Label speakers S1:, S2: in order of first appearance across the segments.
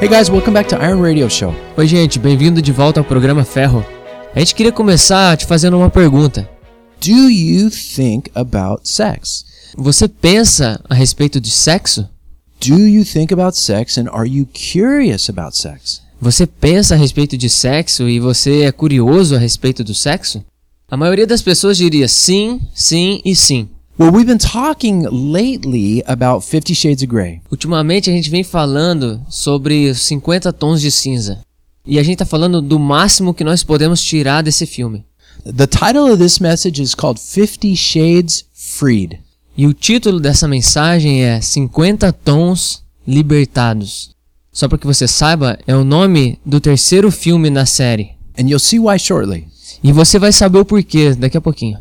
S1: Hey guys, welcome back to Iron Radio Show.
S2: Oi, gente, bem-vindo de volta ao programa Ferro. A gente queria começar te fazendo uma pergunta.
S1: Do you think about sex?
S2: Você pensa a respeito de sexo?
S1: Do you think about sex and are you curious about sex?
S2: Você pensa a respeito de sexo e você é curioso a respeito do sexo? A maioria das pessoas diria sim, sim e sim.
S1: Well, we've been talking lately about 50 Shades of Grey.
S2: Ultimamente a gente vem falando sobre os 50 tons de cinza. E a gente tá falando do máximo que nós podemos tirar desse filme.
S1: The title of this message is called 50 Shades Freed.
S2: E o título dessa mensagem é 50 Tons Libertados. Só para que você saiba, é o nome do terceiro filme na série.
S1: And you'll see why shortly.
S2: E você vai saber o porquê daqui a pouquinho.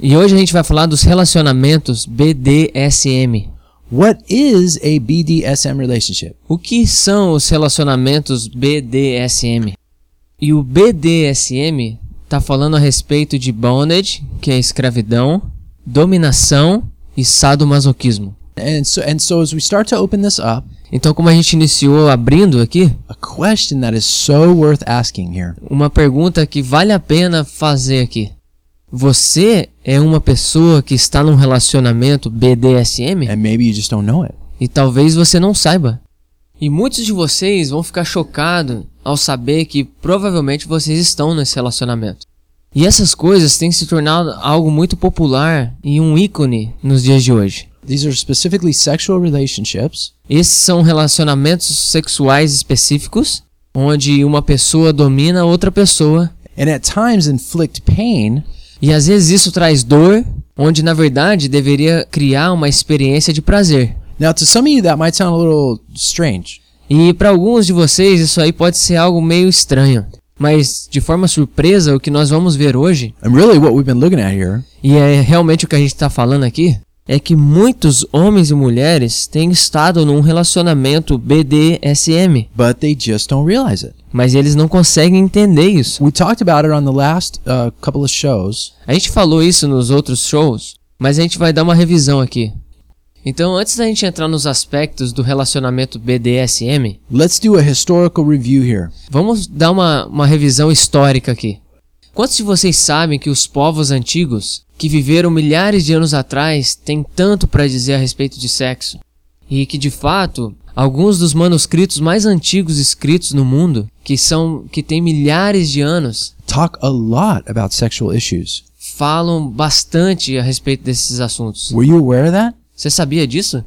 S2: E hoje a gente vai falar dos relacionamentos BDSM.
S1: What is a BDSM relationship?
S2: O que são os relacionamentos BDSM? E o BDSM tá falando a respeito de bondage, que é escravidão, dominação e sadomasoquismo.
S1: And so and so as we start to open this up,
S2: Então, como a gente iniciou abrindo aqui,
S1: a question that is so worth asking here.
S2: uma pergunta que vale a pena fazer aqui. Você é uma pessoa que está num relacionamento BDSM
S1: And maybe you just don't know it.
S2: e talvez você não saiba. E muitos de vocês vão ficar chocados ao saber que provavelmente vocês estão nesse relacionamento. E essas coisas têm se tornado algo muito popular e um ícone nos dias de hoje.
S1: These are specifically sexual relationships
S2: Esses são relacionamentos sexuais específicos, onde uma pessoa domina outra pessoa
S1: and at times inflict pain
S2: E às vezes isso traz dor, onde na verdade deveria criar uma experiência de prazer.
S1: Now, to some of you, that might sound a little strange,
S2: E para alguns de vocês isso aí pode ser algo meio estranho. Mas de forma surpresa, o que nós vamos ver hoje,
S1: and really what we've been looking at here
S2: e é realmente o que a gente está falando aqui, é que muitos homens e mulheres têm estado num relacionamento BDSM,
S1: but they just don't realize it.
S2: mas eles não conseguem entender isso.
S1: We talked about it on the last uh, couple of shows.
S2: A gente falou isso nos outros shows, mas a gente vai dar uma revisão aqui. Então, antes da gente entrar nos aspectos do relacionamento BDSM,
S1: Let's do a historical review here.
S2: Vamos dar uma, uma revisão histórica aqui. Quantos de vocês sabem que os povos antigos, que viveram milhares de anos atrás, têm tanto para dizer a respeito de sexo? E que, de fato, alguns dos manuscritos mais antigos escritos no mundo, que são que têm milhares de anos,
S1: Talk a lot about sexual issues.
S2: falam bastante a respeito desses assuntos.
S1: Were you aware of that?
S2: Você sabia disso?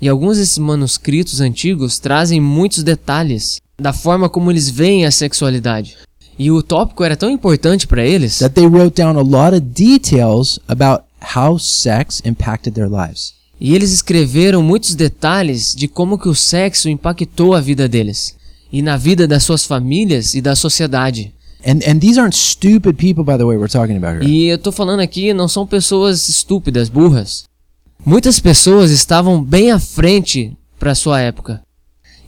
S2: E alguns desses manuscritos antigos trazem muitos detalhes da forma como eles veem a sexualidade. E o tópico era tão importante para eles
S1: That they wrote down a lot of details about how sex impacted their lives.
S2: e eles escreveram muitos detalhes de como que o sexo impactou a vida deles e na vida das suas famílias e da sociedade.
S1: And and these aren't stupid people, by the way, we're talking about here.
S2: E eu tô falando aqui, não são pessoas estúpidas, burras. Muitas pessoas estavam bem à frente para sua época.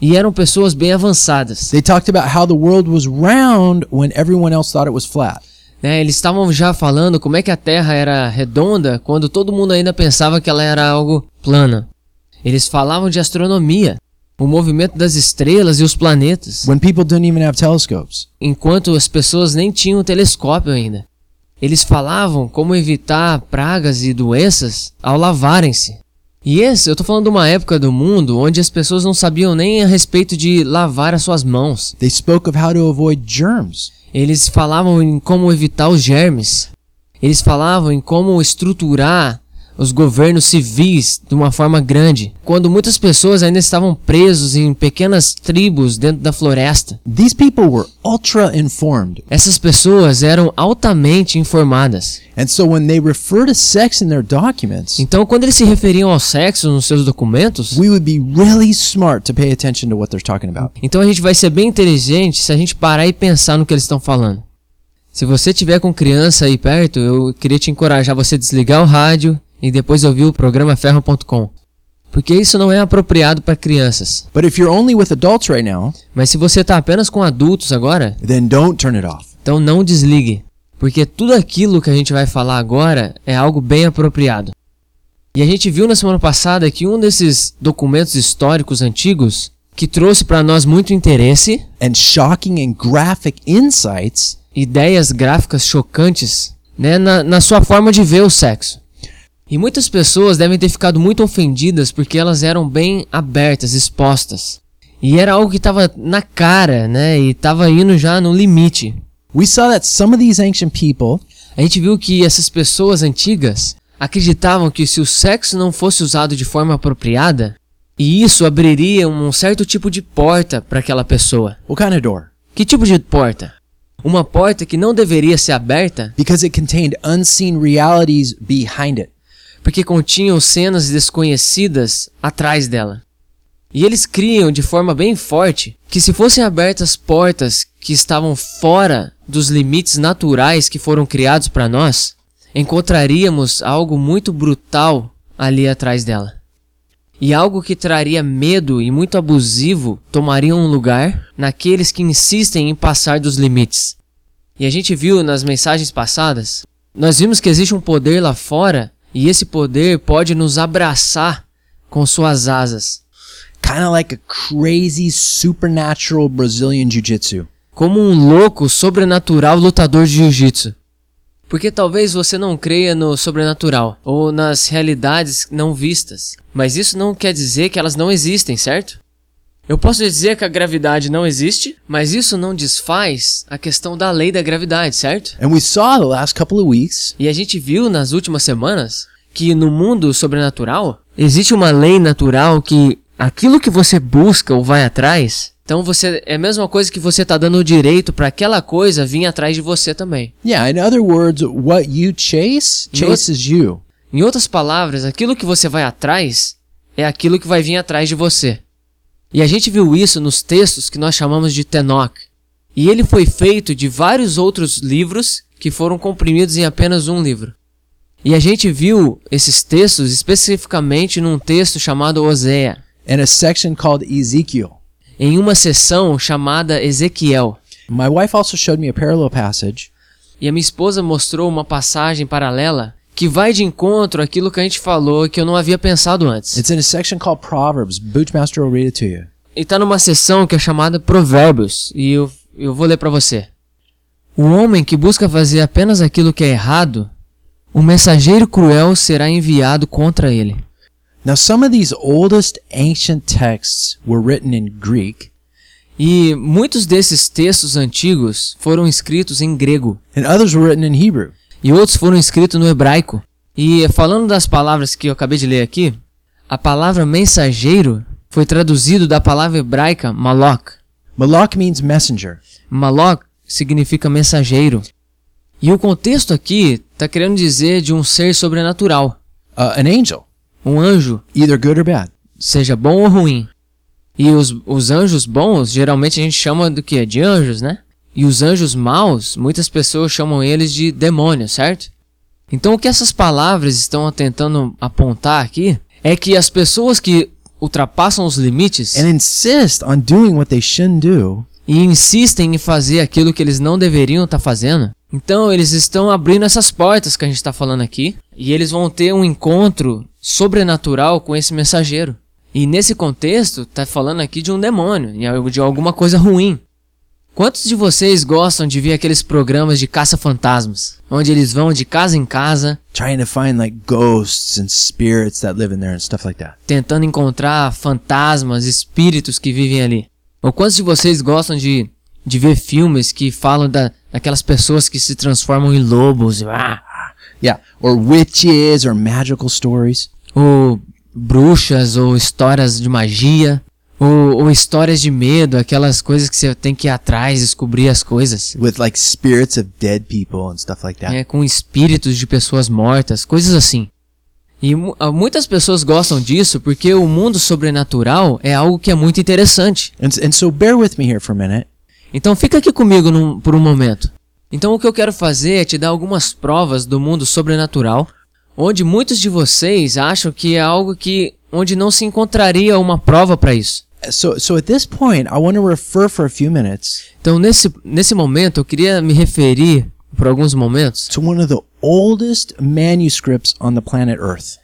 S2: E eram pessoas bem avançadas.
S1: They talked about how the world was round when everyone else thought it was flat.
S2: né, eles estavam já falando como é que a Terra era redonda quando todo mundo ainda pensava que ela era algo plana. Eles falavam de astronomia, o movimento das estrelas e os planetas,
S1: When people didn't even have telescopes.
S2: enquanto as pessoas nem tinham telescópio ainda. Eles falavam como evitar pragas e doenças ao lavarem-se. E esse, eu tô falando de uma época do mundo onde as pessoas não sabiam nem a respeito de lavar as suas mãos.
S1: They spoke of how to avoid germs.
S2: Eles falavam em como evitar os germes. Eles falavam em como estruturar os governos civis de uma forma grande, quando muitas pessoas ainda estavam presos em pequenas tribos dentro da floresta.
S1: These people were ultra informed.
S2: Essas pessoas eram altamente informadas.
S1: And so when they refer to sex in their documents,
S2: Então, quando eles se referiam ao sexo nos seus documentos,
S1: we would be really smart to pay attention to what they're talking about.
S2: então a gente vai ser bem inteligente se a gente parar e pensar no que eles estão falando. Se você tiver com criança aí perto, eu queria te encorajar você a desligar o rádio e depois ouvir o programa ferro.com. Porque isso não é apropriado para crianças.
S1: But if you're only with adults right now,
S2: Mas se você tá apenas com adultos agora,
S1: then don't turn it off.
S2: então não desligue. Porque tudo aquilo que a gente vai falar agora é algo bem apropriado. E a gente viu na semana passada que um desses documentos históricos antigos que trouxe para nós muito interesse,
S1: and shocking and graphic insights
S2: ideias gráficas chocantes, né, na, na sua forma de ver o sexo. E muitas pessoas devem ter ficado muito ofendidas porque elas eram bem abertas, expostas. E era algo que estava na cara, né? E estava indo já no limite.
S1: We saw that some of these ancient people
S2: A gente viu que essas pessoas antigas acreditavam que se o sexo não fosse usado de forma apropriada, e isso abriria um certo tipo de porta para aquela pessoa.
S1: what kind of door?
S2: Que tipo de porta? Uma porta que não deveria ser aberta
S1: Because it contained unseen realities behind it.
S2: porque continham cenas desconhecidas atrás dela. E eles criam de forma bem forte que se fossem abertas portas que estavam fora dos limites naturais que foram criados para nós, encontraríamos algo muito brutal ali atrás dela. E algo que traria medo e muito abusivo tomaria um lugar naqueles que insistem em passar dos limites. E a gente viu nas mensagens passadas, nós vimos que existe um poder lá fora e esse poder pode nos abraçar com suas asas,
S1: Kind of like a crazy supernatural Brazilian Jiu Jitsu.
S2: como um louco sobrenatural lutador de jiu-jitsu. Porque talvez você não creia no sobrenatural ou nas realidades não vistas, mas isso não quer dizer que elas não existem, certo? Eu posso dizer que a gravidade não existe, mas isso não desfaz a questão da lei da gravidade, certo?
S1: And we saw the last couple of weeks
S2: E a gente viu nas últimas semanas que no mundo sobrenatural existe uma lei natural que aquilo que você busca ou vai atrás, então você é a mesma coisa que você tá dando o direito para aquela coisa vir atrás de você também.
S1: Yeah, in other words, what you chase
S2: You know-
S1: chases you.
S2: Em outras palavras, aquilo que você vai atrás é aquilo que vai vir atrás de você. E a gente viu isso nos textos que nós chamamos de Tenoch. E ele foi feito de vários outros livros que foram comprimidos em apenas um livro. E a gente viu esses textos especificamente num texto chamado Oséia,
S1: And a section called Ezekiel.
S2: em uma sessão chamada Ezequiel.
S1: My wife also showed me a parallel passage
S2: E a minha esposa mostrou uma passagem paralela que vai de encontro àquilo que a gente falou que eu não havia pensado antes.
S1: It's in a section called Proverbs. Boochmaster will read it to you.
S2: E tá numa sessão que é chamada Provérbios, e eu, eu vou ler pra você. O homem que busca fazer apenas aquilo que é errado, o mensageiro cruel será enviado contra ele.
S1: Now, some of these oldest ancient texts were written in Greek,
S2: E muitos desses textos antigos foram escritos em grego,
S1: and others were written in Hebrew.
S2: e outros foram escritos no hebraico. E falando das palavras que eu acabei de ler aqui, a palavra mensageiro foi traduzido da palavra hebraica malach,
S1: Malak means messenger.
S2: Malok significa mensageiro. E o contexto aqui está querendo dizer de um ser sobrenatural,
S1: uh, an angel,
S2: um anjo,
S1: either good or bad.
S2: seja bom ou ruim. E os, os anjos bons, geralmente a gente chama do que? De anjos, né? E os anjos maus, muitas pessoas chamam eles de demônios, certo? Então o que essas palavras estão tentando apontar aqui é que as pessoas que ultrapassam os limites
S1: And insist on doing what they shouldn't do
S2: e insistem em fazer aquilo que eles não deveriam estar fazendo. Então eles estão abrindo essas portas que a gente está falando aqui e eles vão ter um encontro sobrenatural com esse mensageiro. E nesse contexto está falando aqui de um demônio, e algo- de alguma coisa ruim. Quantos de vocês gostam de ver aqueles programas de caça-fantasmas, onde eles vão de casa em casa
S1: trying to find like ghosts and spirits that live in there and stuff like that.
S2: tentando encontrar fantasmas, espíritos que vivem ali. Ou quantos de vocês gostam de, de ver filmes que falam da, daquelas pessoas que se transformam em lobos, ah,
S1: Yeah, or witches or magical stories.
S2: ou bruxas, ou histórias de magia, ou, ou histórias de medo, aquelas coisas que você tem que ir atrás, descobrir as coisas.
S1: with like spirits of dead people and stuff like that.
S2: né, com espíritos de pessoas mortas, coisas assim. E mu- ah, muitas pessoas gostam disso porque o mundo sobrenatural é algo que é muito interessante.
S1: And, and so bear with me here for a minute.
S2: Então fica aqui comigo num- por um momento. Então o que eu quero fazer é te dar algumas provas do mundo sobrenatural, onde muitos de vocês acham que é algo que onde não se encontraria uma prova para isso.
S1: So, so at this point, I want to refer for a few minutes
S2: Então nesse, nesse momento eu queria me referir por alguns momentos,
S1: to one of the oldest manuscripts on the planet Earth.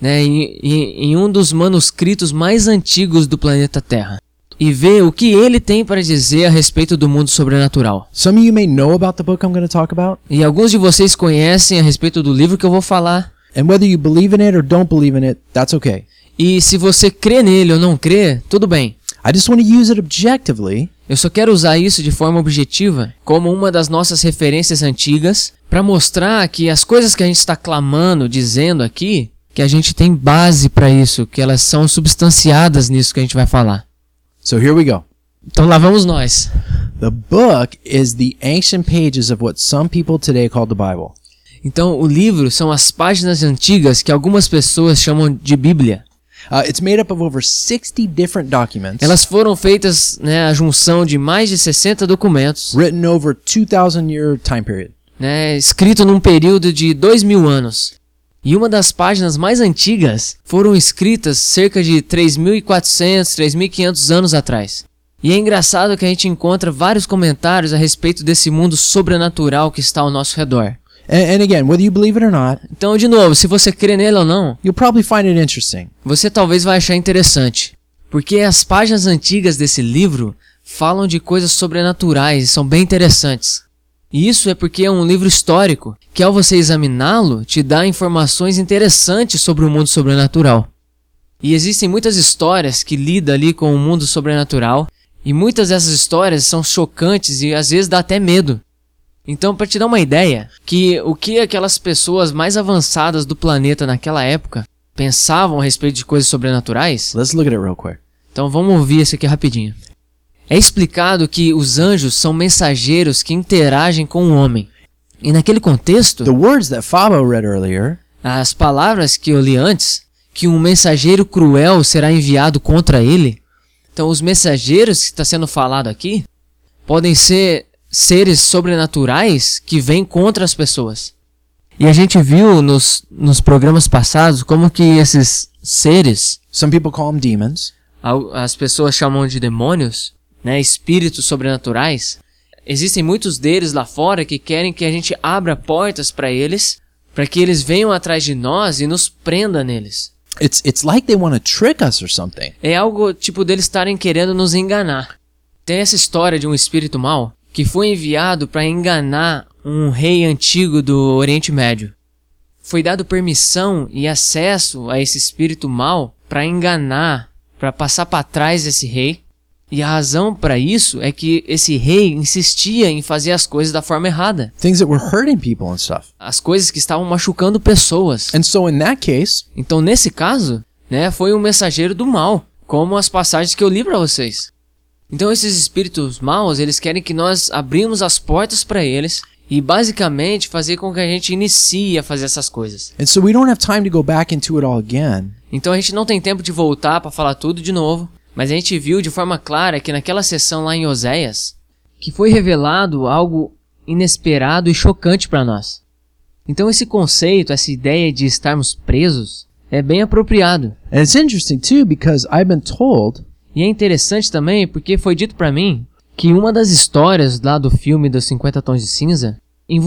S2: né, em, em, em um dos manuscritos mais antigos do planeta Terra. e ver o que ele tem para dizer a respeito do mundo sobrenatural.
S1: Some of you may know about the book I'm going to talk about,
S2: E alguns de vocês conhecem a respeito do livro que eu vou falar.
S1: and whether you believe in it or don't believe in it, that's okay.
S2: E se você crê nele ou não crê, tudo bem.
S1: I just want to use it objectively
S2: Eu só quero usar isso de forma objetiva como uma das nossas referências antigas para mostrar que as coisas que a gente está clamando, dizendo aqui, que a gente tem base para isso, que elas são substanciadas nisso que a gente vai falar.
S1: So here we go.
S2: Então lá vamos nós.
S1: The book is the ancient pages of what some people today call the Bible.
S2: Então o livro são as páginas antigas que algumas pessoas chamam de Bíblia.
S1: Uh, it's made up of over 60 different documents
S2: Elas foram feitas, né, a junção de mais de 60 documentos,
S1: written over 2,000 year time period.
S2: né, escrito num período de dois mil anos. E uma das páginas mais antigas foram escritas cerca de 3.400, 3.500 anos atrás. E é engraçado que a gente encontra vários comentários a respeito desse mundo sobrenatural que está ao nosso redor.
S1: And, and again, whether you believe it or not,
S2: Então, de novo, se você crê nele ou não,
S1: you'll probably find it interesting.
S2: você talvez vai achar interessante, porque as páginas antigas desse livro falam de coisas sobrenaturais e são bem interessantes. E isso é porque é um livro histórico, que ao você examiná-lo, te dá informações interessantes sobre o mundo sobrenatural. E existem muitas histórias que lidam ali com o mundo sobrenatural, e muitas dessas histórias são chocantes e às vezes dá até medo. Então, para te dar uma ideia, que o que aquelas pessoas mais avançadas do planeta naquela época pensavam a respeito de coisas sobrenaturais?
S1: Let's look at it real quick.
S2: Então vamos ouvir isso aqui rapidinho. É explicado que os anjos são mensageiros que interagem com o homem. E naquele contexto,
S1: The words that Fabo read earlier
S2: as palavras que eu li antes, que um mensageiro cruel será enviado contra ele. Então, os mensageiros que está sendo falado aqui podem ser seres sobrenaturais que vêm contra as pessoas. E a gente viu nos, nos programas passados como que esses seres,
S1: Some people call them demons.
S2: al- as pessoas chamam de demônios, né, espíritos sobrenaturais. Existem muitos deles lá fora que querem que a gente abra portas para eles, para que eles venham atrás de nós e nos prenda neles.
S1: It's it's like they want to trick us or something.
S2: É algo tipo deles estarem querendo nos enganar. Tem essa história de um espírito mau que foi enviado para enganar um rei antigo do Oriente Médio. Foi dado permissão e acesso a esse espírito mau para enganar, para passar para trás esse rei. E a razão para isso é que esse rei insistia em fazer as coisas da forma errada,
S1: Things that were hurting people and stuff.
S2: as coisas que estavam machucando pessoas.
S1: And so in that case,
S2: Então, nesse caso, né, foi um mensageiro do mal, como as passagens que eu li para vocês. Então, esses espíritos maus, eles querem que nós abrimos as portas para eles e basicamente fazer com que a gente inicie a fazer essas coisas.
S1: and so we don't have time to go back into it all again.
S2: Então, a gente não tem tempo de voltar para falar tudo de novo, mas a gente viu de forma clara que naquela sessão lá em Oséias, que foi revelado algo inesperado e chocante para nós. Então, esse conceito, essa ideia de estarmos presos, é bem apropriado.
S1: And it's interesting too because I've been told
S2: E é interessante também porque foi dito pra mim que uma das histórias lá do filme dos 50 Tons de Cinza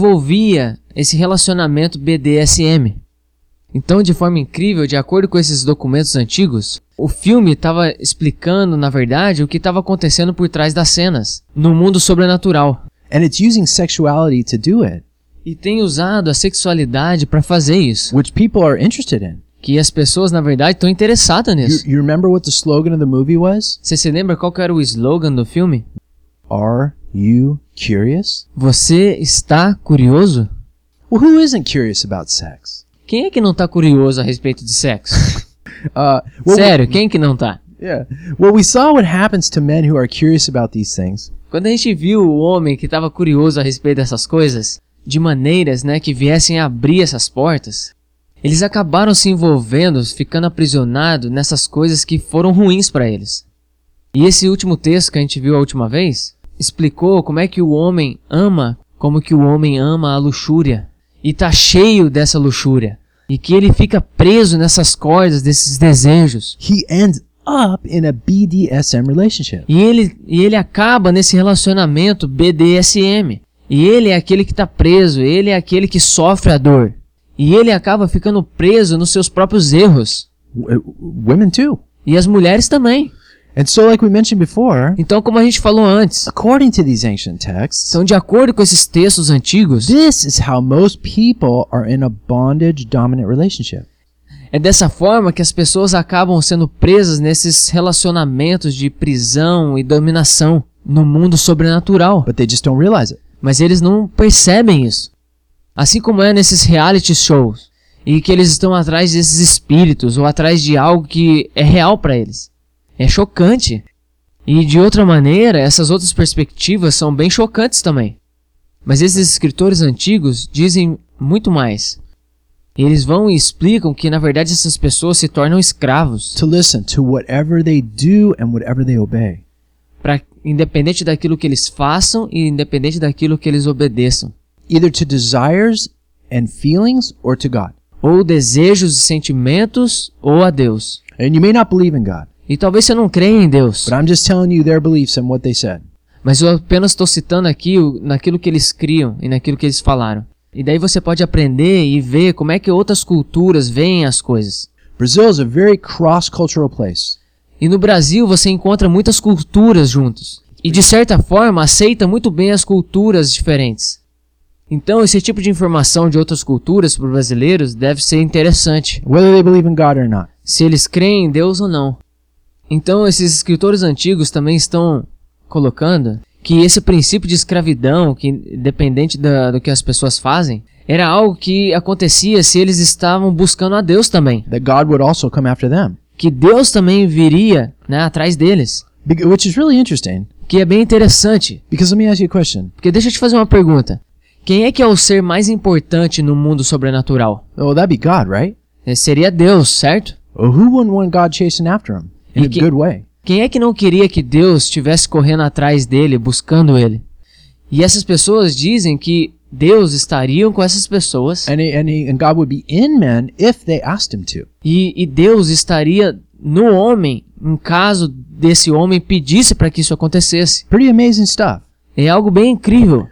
S2: envolvia esse relacionamento BDSM. Então, de forma incrível, de acordo com esses documentos antigos, o filme estava explicando, na verdade, o que estava acontecendo por trás das cenas, no mundo sobrenatural.
S1: and it's using sexuality to do it,
S2: E tem usado a sexualidade pra fazer isso,
S1: which people are interested in.
S2: que as pessoas, na verdade, estão interessadas
S1: You,
S2: nisso.
S1: you remember what the slogan of the movie was?
S2: Você se lembra qual que era o slogan do filme?
S1: Are you curious?
S2: Você está curioso?
S1: Well, who isn't curious about sex?
S2: Quem é que não tá curioso a respeito de sexo?
S1: Uh, well, we-
S2: Sério, quem que não tá?
S1: yeah. Well, we saw what happens to men who are curious about these things.
S2: Quando a gente viu o homem que tava curioso a respeito dessas coisas, de maneiras, né, que viessem a abrir essas portas, eles acabaram se envolvendo, ficando aprisionados nessas coisas que foram ruins para eles. E esse último texto que a gente viu a última vez explicou como é que o homem ama, como que o homem ama a luxúria e tá cheio dessa luxúria e que ele fica preso nessas cordas desses desejos.
S1: He ends up in a BDSM relationship.
S2: E ele, e ele acaba nesse relacionamento BDSM. E ele é aquele que está preso, ele é aquele que sofre a dor. E ele acaba ficando preso nos seus próprios erros.
S1: W- uh, women too.
S2: E as mulheres também.
S1: And so, like we mentioned before,
S2: Então, como a gente falou antes,
S1: according to these ancient texts,
S2: então de acordo com esses textos antigos,
S1: this is how most people are in a bondage dominant relationship.
S2: é dessa forma que as pessoas acabam sendo presas nesses relacionamentos de prisão e dominação no mundo sobrenatural.
S1: But they just don't realize it.
S2: mas eles não percebem isso. Assim como é nesses reality shows, e que eles estão atrás desses espíritos ou atrás de algo que é real para eles. É chocante. E de outra maneira, essas outras perspectivas são bem chocantes também. Mas esses escritores antigos dizem muito mais. Eles vão e explicam que na verdade essas pessoas se tornam escravos,
S1: To listen to whatever they do and whatever they obey.
S2: pra, independente daquilo que eles façam e independente daquilo que eles obedeçam.
S1: either to desires and feelings or to God.
S2: ou desejos e sentimentos ou a Deus.
S1: And you may not believe in God,
S2: E talvez você não creia em Deus,
S1: but I'm just telling you their beliefs and what they said.
S2: mas eu apenas estou citando aqui o- naquilo que eles criam e naquilo que eles falaram. E daí você pode aprender e ver como é que outras culturas veem as coisas.
S1: Brazil is a very cross cultural place.
S2: E no Brasil você encontra muitas culturas juntos. E de certa forma aceita muito bem as culturas diferentes. Então esse tipo de informação de outras culturas para os brasileiros deve ser interessante.
S1: Whether they believe in God or not,
S2: se eles creem em Deus ou não. Então, esses escritores antigos também estão colocando que esse princípio de escravidão, que independente da- do que as pessoas fazem, era algo que acontecia se eles estavam buscando a Deus também.
S1: that God would also come after them.
S2: Que Deus também viria né, atrás deles.
S1: Be- which is really interesting,
S2: Que é bem interessante.
S1: because let me ask you a question.
S2: Porque deixa eu te fazer uma pergunta. Quem é que é o ser mais importante no mundo sobrenatural?
S1: Oh, that'd be God, right?
S2: Eh, Seria Deus, certo?
S1: Well, who wouldn't want God chasing after him in
S2: You
S1: a
S2: ca-
S1: good way?
S2: Quem é que não queria que Deus estivesse correndo atrás dele, buscando ele? E essas pessoas dizem que Deus estariam com essas pessoas
S1: And, he, and, he, and God would be in men if they asked him to.
S2: e, e Deus estaria no homem em caso desse homem pedisse para que isso acontecesse.
S1: Pretty amazing stuff.
S2: É algo bem incrível.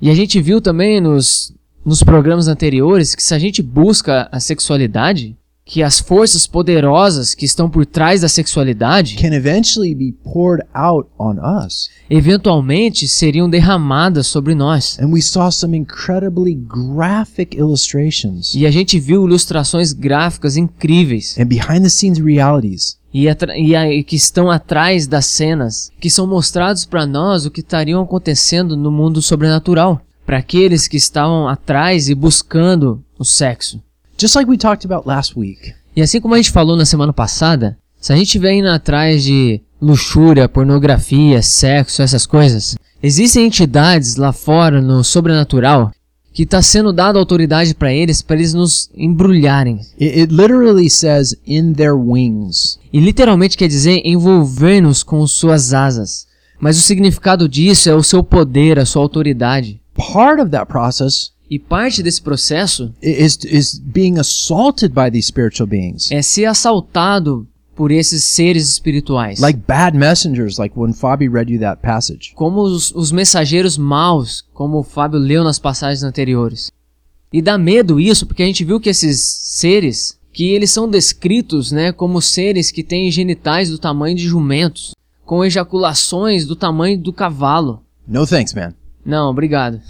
S2: E a gente viu também nos, nos programas anteriores que se a gente busca a sexualidade, que as forças poderosas que estão por trás da sexualidade
S1: Can eventually be poured out on us.
S2: eventualmente seriam derramadas sobre nós.
S1: And we saw some incredibly graphic illustrations
S2: E a gente viu ilustrações gráficas incríveis
S1: and behind the scenes realities
S2: e, atra- e a- e que estão atrás das cenas, que são mostrados para nós o que estariam acontecendo no mundo sobrenatural, para aqueles que estavam atrás e buscando o sexo.
S1: just like we talked about last week
S2: E assim como a gente falou na semana passada, se a gente estiver indo atrás de luxúria, pornografia, sexo, essas coisas, existem entidades lá fora no sobrenatural que está sendo dada autoridade para eles, para eles nos embrulharem,
S1: it, it literally says in their wings
S2: e literalmente quer dizer envolver-nos com suas asas. Mas o significado disso é o seu poder, a sua autoridade.
S1: part of that process
S2: E parte desse processo
S1: i- is is being assaulted by these spiritual beings
S2: é ser assaltado por esses seres espirituais.
S1: like bad messengers like when fabi read you that passage
S2: como os, os mensageiros maus, como o Fábio leu nas passagens anteriores. E dá medo isso, porque a gente viu que esses seres, que eles são descritos né, como seres que têm genitais do tamanho de jumentos, com ejaculações do tamanho do cavalo.
S1: no thanks man
S2: Não, obrigado.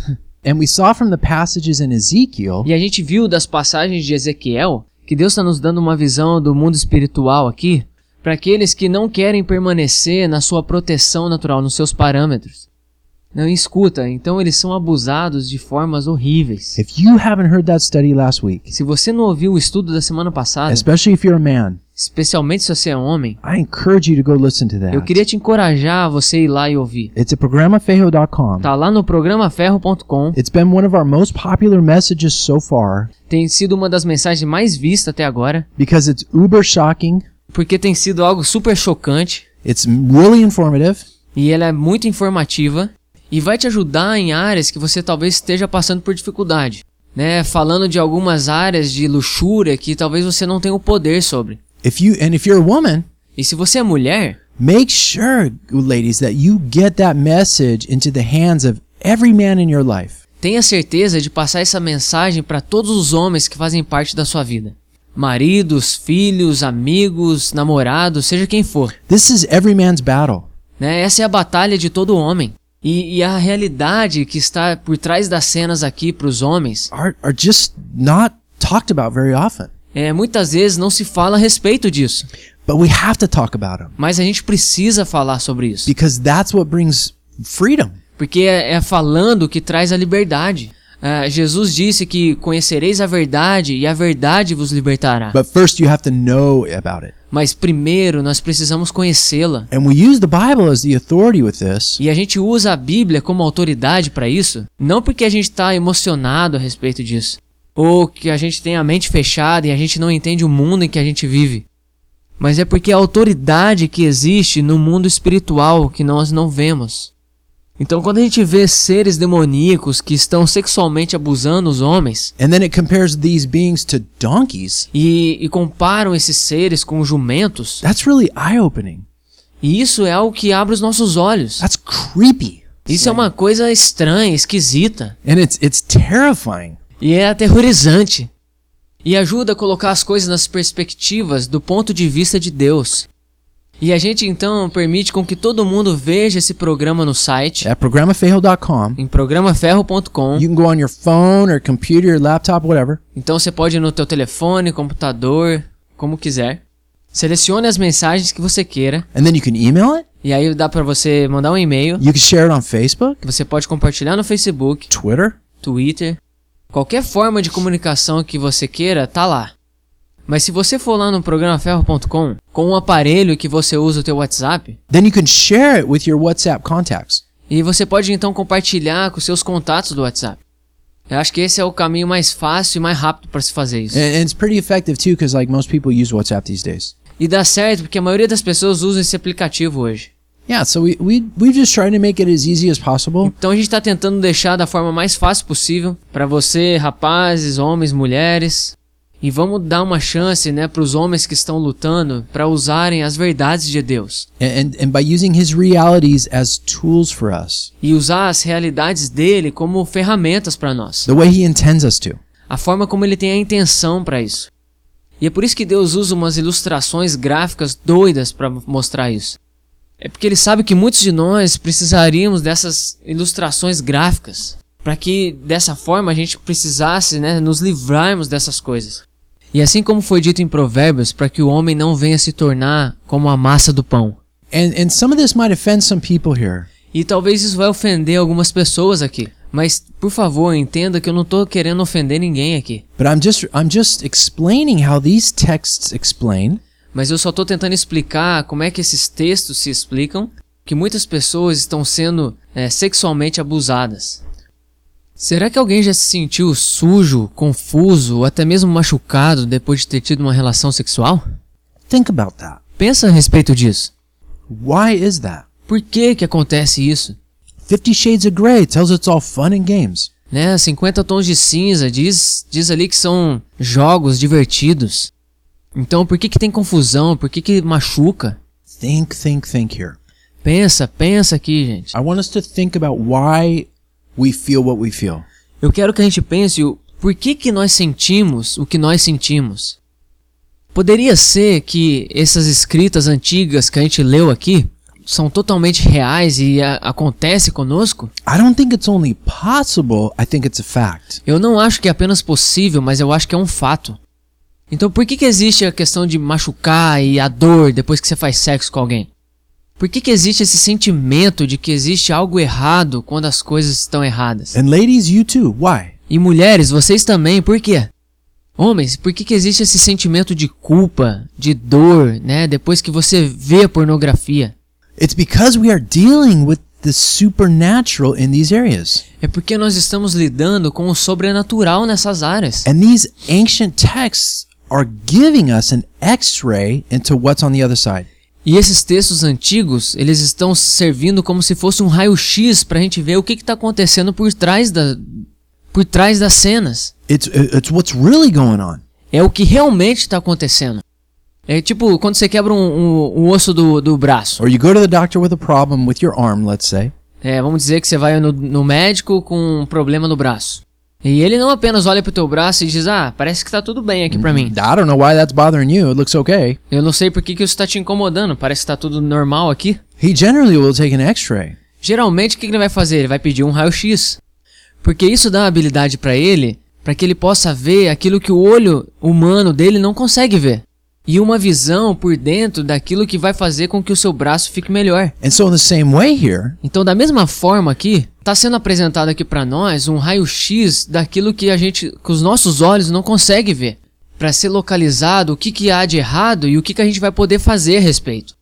S1: and we saw from the passages in ezekiel
S2: E a gente viu das passagens de Ezequiel que Deus está nos dando uma visão do mundo espiritual aqui para aqueles que não querem permanecer na sua proteção natural, nos seus parâmetros. Não escuta, então eles são abusados de formas horríveis.
S1: if you haven't heard that study last week
S2: Se você não ouviu o estudo da semana passada,
S1: especially if you're a man
S2: especialmente se você é homem,
S1: i encourage you to go listen to
S2: eu
S1: that
S2: queria te encorajar a você ir lá e ouvir.
S1: it's at programafejo.com
S2: Tá lá no programaferro.com,
S1: It's been one of our most popular messages so far
S2: tem sido uma das mensagens mais vistas até agora,
S1: because it's uber shocking,
S2: porque tem sido algo super chocante.
S1: it's really informative,
S2: e ela é muito informativa e vai te ajudar em áreas que você talvez esteja passando por dificuldade, né? Falando de algumas áreas de luxúria que talvez você não tenha o poder sobre.
S1: If you and if you're a woman,
S2: E se você é mulher,
S1: make sure, ladies, that you get that message into the hands of every man in your life.
S2: tenha certeza de passar essa mensagem para todos os homens que fazem parte da sua vida. maridos, filhos, amigos, namorados, seja quem for.
S1: This is every man's battle.
S2: né? Essa é a batalha de todo homem. E, e a realidade que está por trás das cenas aqui para os homens
S1: Are, are just not talked about very often,
S2: é muitas vezes não se fala a respeito disso,
S1: but we have to talk about them
S2: mas a gente precisa falar sobre isso,
S1: because that's what brings freedom.
S2: porque é, é falando que traz a liberdade. Ah, Jesus disse que conhecereis a verdade e a verdade vos libertará.
S1: But first, you have to know about it.
S2: Mas primeiro nós precisamos conhecê-la.
S1: And we use the Bible as the authority with this,
S2: E a gente usa a Bíblia como autoridade para isso, não porque a gente está emocionado a respeito disso, ou que a gente tem a mente fechada e a gente não entende o mundo em que a gente vive, mas é porque a autoridade que existe no mundo espiritual que nós não vemos. Então, quando a gente vê seres demoníacos que estão sexualmente abusando os homens
S1: and then it compares these beings to donkeys.
S2: e, e comparam esses seres com jumentos,
S1: That's really eye opening.
S2: e isso é algo que abre os nossos olhos.
S1: That's creepy.
S2: Isso é uma coisa estranha, esquisita.
S1: And it's it's terrifying.
S2: E é aterrorizante. E ajuda a colocar as coisas nas perspectivas do ponto de vista de Deus. E a gente então permite com que todo mundo veja esse programa no site,
S1: At programafail.com,
S2: em programaferro.com.
S1: you can go on your phone or computer, laptop, whatever,
S2: Então você pode ir no teu telefone, computador, como quiser. Selecione as mensagens que você queira
S1: and then you can email it.
S2: e aí dá pra você mandar um e-mail,
S1: You can share it on Facebook,
S2: que você pode compartilhar no Facebook,
S1: Twitter,
S2: Twitter, qualquer forma de comunicação que você queira, tá lá. Mas se você for lá no programaferro.com com um aparelho que você usa o teu WhatsApp,
S1: then you can share it with your WhatsApp contacts.
S2: e você pode então compartilhar com seus contatos do WhatsApp. Eu acho que esse é o caminho mais fácil e mais rápido para se fazer isso.
S1: And, and it's pretty effective too, because like most people use WhatsApp these days.
S2: E dá certo porque a maioria das pessoas usa esse aplicativo hoje.
S1: Yeah, so we we we're just trying to make it as easy as possible.
S2: Então a gente está tentando deixar da forma mais fácil possível para você, rapazes, homens, mulheres. E vamos dar uma chance, né, para os homens que estão lutando para usarem as verdades de Deus
S1: and, and and by using his realities as tools for us
S2: e usar as realidades dele como ferramentas para nós,
S1: the way he intends us to
S2: a forma como ele tem a intenção para isso. E é por isso que Deus usa umas ilustrações gráficas doidas para mostrar isso. É porque ele sabe que muitos de nós precisaríamos dessas ilustrações gráficas, para que dessa forma a gente precisasse, né, nos livrarmos dessas coisas. E assim como foi dito em Provérbios, para que o homem não venha se tornar como a massa do pão.
S1: and and some of this might offend some people here
S2: E talvez isso vai ofender algumas pessoas aqui. Mas, por favor, entenda que eu não tô querendo ofender ninguém aqui.
S1: but i'm just i'm just explaining how these texts explain
S2: Mas eu só tô tentando explicar como é que esses textos se explicam que muitas pessoas estão sendo é, sexualmente abusadas. Será que alguém já se sentiu sujo, confuso ou até mesmo machucado depois de ter tido uma relação sexual?
S1: think about that
S2: Pensa a respeito disso.
S1: why is that
S2: Por que que acontece isso?
S1: 50 shades of gray tells it's all fun and games
S2: né? 50 tons de cinza diz, diz ali que são jogos divertidos. Então por que que tem confusão? Por que que machuca?
S1: think think think here
S2: Pensa, pensa aqui, gente.
S1: i want us to think about why we feel what we feel
S2: Eu quero que a gente pense o por que que nós sentimos o que nós sentimos. Poderia ser que essas escritas antigas que a gente leu aqui são totalmente reais e a, acontece conosco?
S1: i don't think it's only possible i think it's a fact
S2: Eu não acho que é apenas possível, mas eu acho que é um fato. Então por que, que existe a questão de machucar e a dor depois que você faz sexo com alguém? Por que, que existe esse sentimento de que existe algo errado quando as coisas estão erradas?
S1: and ladies you too why
S2: E mulheres, vocês também, por quê? Homens, por que, que existe esse sentimento de culpa, de dor, né, depois que você vê a pornografia?
S1: it's because we are dealing with the supernatural in these areas
S2: É porque nós estamos lidando com o sobrenatural nessas áreas.
S1: And these ancient texts are giving us an x ray into what's on the other side.
S2: E esses textos antigos, eles estão servindo como se fosse um raio-x para a gente ver o que está acontecendo por trás, da, por trás das cenas.
S1: It's, it's what's really going on.
S2: É o que realmente está acontecendo. É tipo quando você quebra um, um- um osso do, do braço.
S1: Or you go to the doctor with a problem with your arm, let's say,
S2: É, vamos dizer que você vai no, no médico com um problema no braço. E ele não apenas olha pro teu braço e diz: Ah, parece que tá tudo bem aqui pra mim.
S1: I don't know why that's bothering you. It looks okay.
S2: Eu não sei por que, que isso tá te incomodando, parece que tá tudo normal aqui.
S1: He generally will take an x-ray.
S2: Geralmente o que que ele vai fazer? Ele vai pedir um raio-x. Porque isso dá uma habilidade pra ele, pra que ele possa ver aquilo que o olho humano dele não consegue ver. E uma visão por dentro daquilo que vai fazer com que o seu braço fique melhor.
S1: And so in the same way here,
S2: Então, da mesma forma aqui, está sendo apresentado aqui para nós um raio-x daquilo que a gente, que os nossos olhos não conseguem ver, para ser localizado o que, que há de errado e o que, que a gente vai poder fazer a respeito.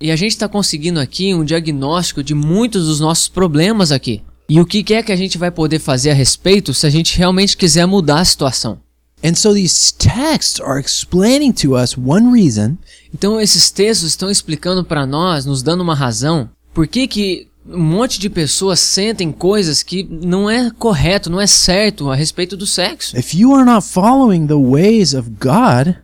S2: E a gente está conseguindo aqui um diagnóstico de muitos dos nossos problemas aqui. E o que, que é que a gente vai poder fazer a respeito se a gente realmente quiser mudar a situação.
S1: and so these texts are explaining to us one reason
S2: Então esses textos estão explicando para nós, nos dando uma razão, por que que um monte de pessoas sentem coisas que não é correto, não é certo a respeito do sexo.
S1: if you are not following the ways of God,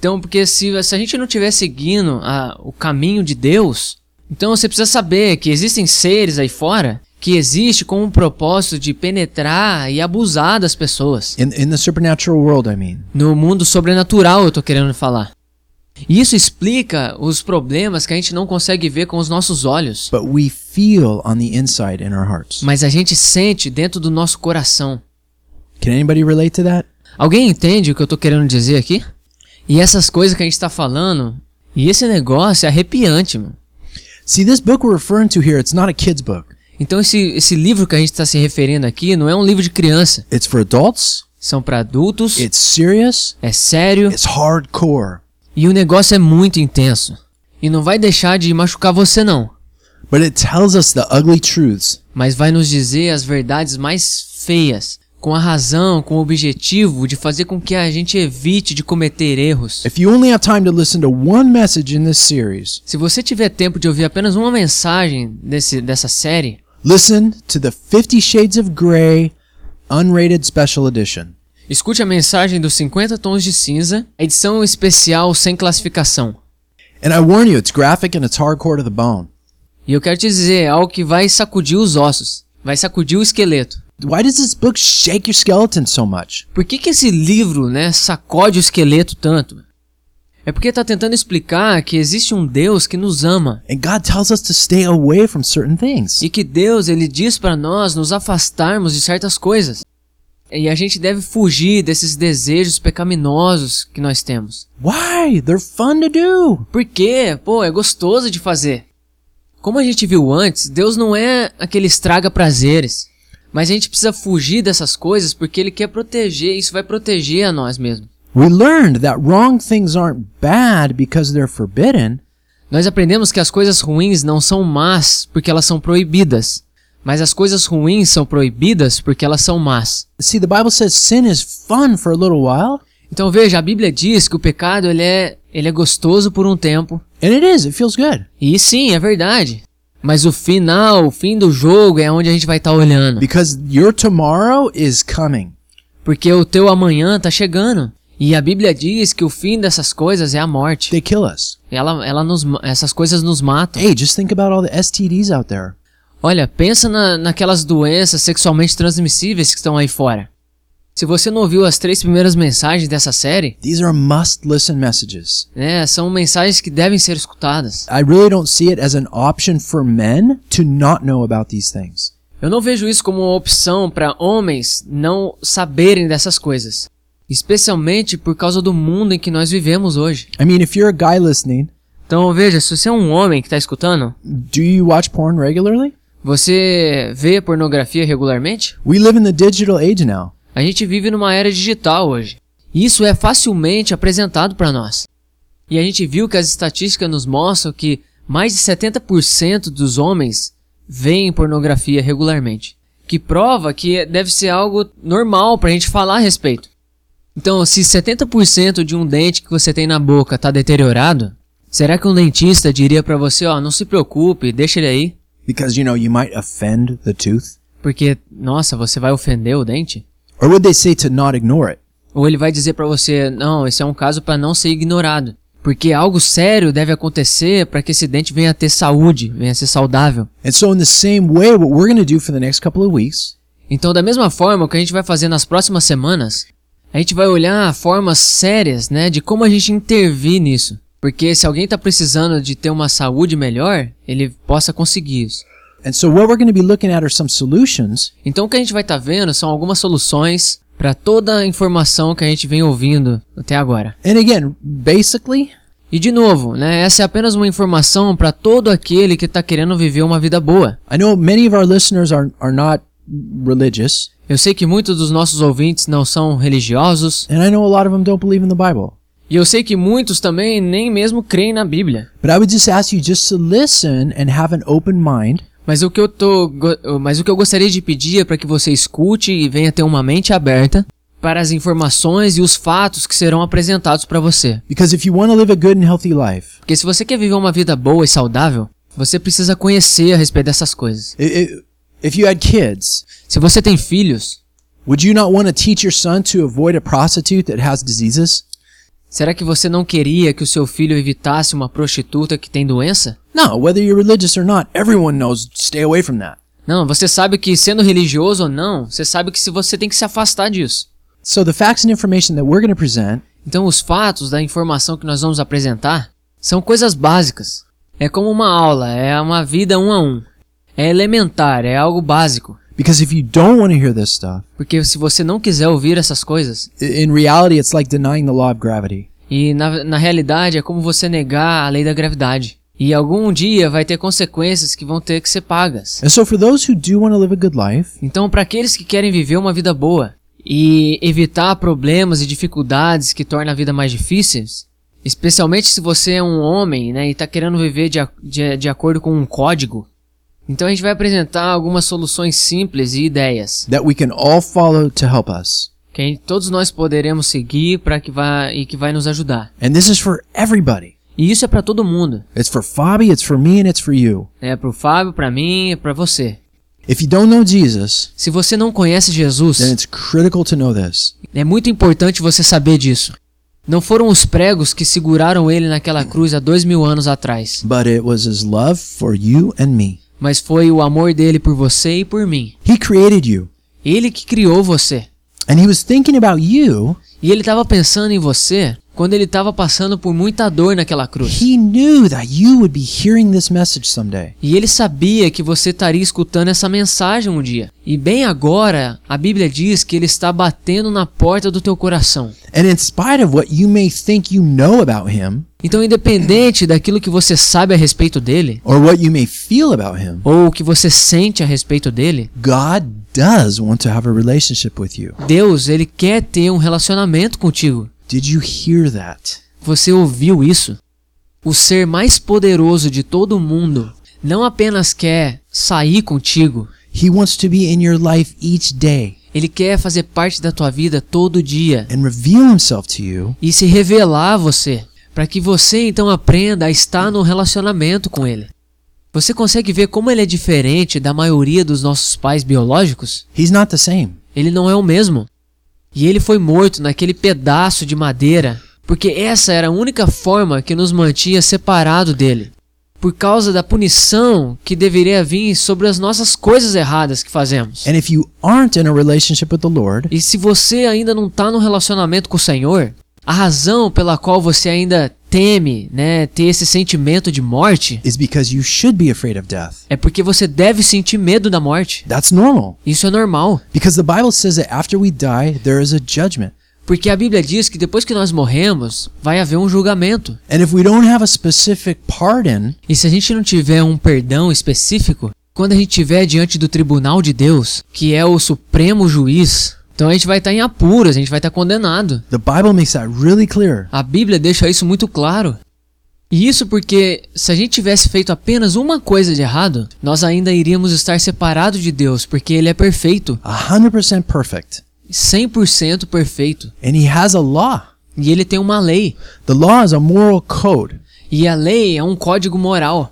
S2: Então, porque se, se a gente não estiver seguindo a- o caminho de Deus, então você precisa saber que existem seres aí fora que existem com o propósito de penetrar e abusar das pessoas.
S1: in, in the supernatural world, I mean,
S2: No mundo sobrenatural eu tô querendo falar. E Isso explica os problemas que a gente não consegue ver com os nossos olhos.
S1: but we feel on the inside in our hearts.
S2: mas a gente sente dentro do nosso coração.
S1: Can anybody relate to that?
S2: Alguém entende o que eu tô querendo dizer aqui? E essas coisas que a gente tá falando, e esse negócio é arrepiante, mano.
S1: See, this book we're referring to here, it's not a kid's book.
S2: Então esse, esse livro que a gente tá se referindo aqui não é um livro de criança.
S1: It's for adults,
S2: São para adultos,
S1: it's serious,
S2: é sério
S1: it's hardcore,
S2: e o negócio é muito intenso. E não vai deixar de machucar você não,
S1: but it tells us the ugly truths
S2: mas vai nos dizer as verdades mais feias, com a razão, com o objetivo de fazer com que a gente evite de cometer erros.
S1: If you only have time to listen to one message in this series,
S2: Se você tiver tempo de ouvir apenas uma mensagem desse, dessa série,
S1: listen to the 50 Shades of Grey Unrated Special Edition.
S2: escute a mensagem dos 50 Tons de Cinza, edição especial sem classificação.
S1: And I warn you, it's graphic and it's hardcore to the bone.
S2: E eu quero te dizer é algo que vai sacudir os ossos, vai sacudir o esqueleto.
S1: Why does this book shake your skeleton so much?
S2: Por que, que esse livro né, sacode o esqueleto tanto? É porque está tentando explicar que existe um Deus que nos ama
S1: And God tells us to stay away from certain things.
S2: e que Deus ele diz para nós nos afastarmos de certas coisas. E a gente deve fugir desses desejos pecaminosos que nós temos.
S1: Why? They're fun to do.
S2: Porque, pô, é gostoso de fazer. Como a gente viu antes, Deus não é aquele estraga prazeres. Mas a gente precisa fugir dessas coisas porque ele quer proteger, isso vai proteger a nós mesmos.
S1: We learned that wrong things aren't bad because they're forbidden,
S2: Nós aprendemos que as coisas ruins não são más porque elas são proibidas. Mas as coisas ruins são proibidas porque elas são más.
S1: See, the Bible says sin is fun for a little while,
S2: Então veja, a Bíblia diz que o pecado ele é, ele é gostoso por um tempo.
S1: and it is. It feels good
S2: E sim, é verdade. Mas o final, o fim do jogo é onde a gente vai estar olhando.
S1: because your tomorrow is coming.
S2: Porque o teu amanhã tá chegando. E a Bíblia diz que o fim dessas coisas é a morte.
S1: They kill us.
S2: Ela, ela nos, ma- essas coisas nos matam.
S1: Hey, just think about all the STDs out there.
S2: Olha, pensa na, naquelas doenças sexualmente transmissíveis que estão aí fora. Se você não ouviu as três primeiras mensagens dessa série,
S1: These are must listen messages.
S2: né, são mensagens que devem ser escutadas.
S1: I really don't see it as an option for men to not know about these things.
S2: Eu não vejo isso como uma opção para homens não saberem dessas coisas. Especialmente por causa do mundo em que nós vivemos hoje.
S1: I mean, if you're a guy listening,
S2: Então veja, se você é um homem que está escutando,
S1: do you watch porn regularly?
S2: Você vê pornografia regularmente?
S1: We live in the digital age now.
S2: A gente vive numa era digital hoje. Isso é facilmente apresentado para nós. E a gente viu que as estatísticas nos mostram que mais de 70% dos homens veem pornografia regularmente, que prova que deve ser algo normal para a gente falar a respeito. Então, se 70% de um dente que você tem na boca está deteriorado, será que um dentista diria para você, ó, não se preocupe, deixa ele aí?
S1: Because, you know, you might offend the tooth.
S2: Porque, nossa, você vai ofender o dente?
S1: Or would they say to not ignore it?
S2: Ou ele vai dizer pra você, não, esse é um caso pra não ser ignorado. Porque algo sério deve acontecer pra que esse dente venha a ter saúde, venha a ser saudável.
S1: And so, in the same way, what we're going to do for the next couple of weeks
S2: Então, da mesma forma que a gente vai fazer nas próximas semanas, a gente vai olhar formas sérias, né, de como a gente intervir nisso. Porque se alguém está precisando de ter uma saúde melhor, ele possa conseguir isso.
S1: And so, what we're going to be looking at are some solutions
S2: Então o que a gente vai estar vendo são algumas soluções para toda a informação que a gente vem ouvindo até agora.
S1: And again, basically,
S2: E de novo, né, essa é apenas uma informação para todo aquele que está querendo viver uma vida boa.
S1: I know many of our listeners are, are not religious,
S2: Eu sei que muitos dos nossos ouvintes não são religiosos
S1: and I know a lot of them don't believe in the Bible.
S2: e eu sei que muitos também nem mesmo creem na Bíblia.
S1: But I would just ask you just to listen and have an open mind
S2: Mas o que eu tô, go- mas o que eu gostaria de pedir é para que você escute e venha ter uma mente aberta para as informações e os fatos que serão apresentados para você.
S1: because if you want to live a good and healthy life,
S2: Porque se você quer viver uma vida boa e saudável, você precisa conhecer a respeito dessas coisas.
S1: i- i- if you had kids,
S2: Se você tem filhos,
S1: would you not want to teach your son to avoid a prostitute that has diseases?
S2: será que você não queria que o seu filho evitasse uma prostituta que tem doença?
S1: No, whether you're religious or not, everyone knows stay away from that.
S2: Não, você sabe que sendo religioso ou não, você sabe que se você tem que se afastar disso.
S1: So the facts and information that we're going to present
S2: Então os fatos da informação que nós vamos apresentar são coisas básicas. É como uma aula, é uma vida um a um. É elementar, é algo básico.
S1: because if you don't want to hear this stuff,
S2: Porque se você não quiser ouvir essas coisas,
S1: i- in reality it's like denying the law of gravity.
S2: E na, na realidade é como você negar a lei da gravidade. E algum dia vai ter consequências que vão ter que ser pagas.
S1: And so for those who do want to live a good life,
S2: Então, para aqueles que querem viver uma vida boa e evitar problemas e dificuldades que tornam a vida mais difíceis, especialmente se você é um homem né, e está querendo viver de, a- de, de acordo com um código, então a gente vai apresentar algumas soluções simples e ideias
S1: that we can all follow to help us.
S2: que a gente- todos nós poderemos seguir para que vá e que vai nos ajudar.
S1: And this is for everybody.
S2: E isso é para todo mundo.
S1: It's for Fabi, it's for me, and it's for you.
S2: É pro Fábio, pra mim, e pra você.
S1: If you don't know Jesus,
S2: Se você não conhece
S1: then
S2: Jesus,
S1: it's critical to know this.
S2: é muito importante você saber disso. Não foram os pregos que seguraram ele naquela cruz há dois mil anos atrás,
S1: But it was his love for you and me.
S2: mas foi o amor dele por você e por mim.
S1: He created you,
S2: Ele que criou você.
S1: and he was thinking about you.
S2: E ele estava pensando em você quando ele estava passando por muita dor naquela cruz.
S1: He knew that you would be hearing this message someday.
S2: E ele sabia que você estaria escutando essa mensagem um dia. E bem agora, a Bíblia diz que ele está batendo na porta do teu coração.
S1: And in spite of what you may think you know about him,
S2: Então, independente daquilo que você sabe a respeito dele,
S1: or what you may feel about him,
S2: ou o que você sente a respeito dele,
S1: God does want to have a relationship with you.
S2: Deus, ele quer ter um relacionamento contigo.
S1: Did you hear that?
S2: Você ouviu isso? O ser mais poderoso de todo o mundo não apenas quer sair contigo,
S1: He wants to be in your life each day
S2: ele quer fazer parte da tua vida todo dia
S1: and reveal himself to you
S2: e se revelar a você, para que você então aprenda a estar no relacionamento com ele. Você consegue ver como ele é diferente da maioria dos nossos pais biológicos?
S1: He's not the same.
S2: Ele não é o mesmo. E ele foi morto naquele pedaço de madeira, porque essa era a única forma que nos mantinha separado dele. Por causa da punição que deveria vir sobre as nossas coisas erradas que fazemos.
S1: And if you aren't in a relationship with the Lord,
S2: E se você ainda não está no relacionamento com o Senhor, a razão pela qual você ainda teme, né, ter esse sentimento de morte
S1: is because you should be afraid of death.
S2: é porque você deve sentir medo da morte.
S1: That's normal
S2: Isso é normal.
S1: because the Bible says that after we die, there is a judgment.
S2: Porque a Bíblia diz que depois que nós morremos, vai haver um julgamento.
S1: And if we don't have a specific pardon,
S2: E se a gente não tiver um perdão específico, quando a gente estiver diante do tribunal de Deus, que é o supremo juiz, então a gente vai estar em apuros, a gente vai estar condenado.
S1: the Bible makes that really clear.
S2: A Bíblia deixa isso muito claro. E isso porque se a gente tivesse feito apenas uma coisa de errado, nós ainda iríamos estar separados de Deus, porque ele é perfeito,
S1: 100% perfect.
S2: 100% perfeito.
S1: And he has a law.
S2: E ele tem uma lei,
S1: The law is a moral code.
S2: e a lei é um código moral.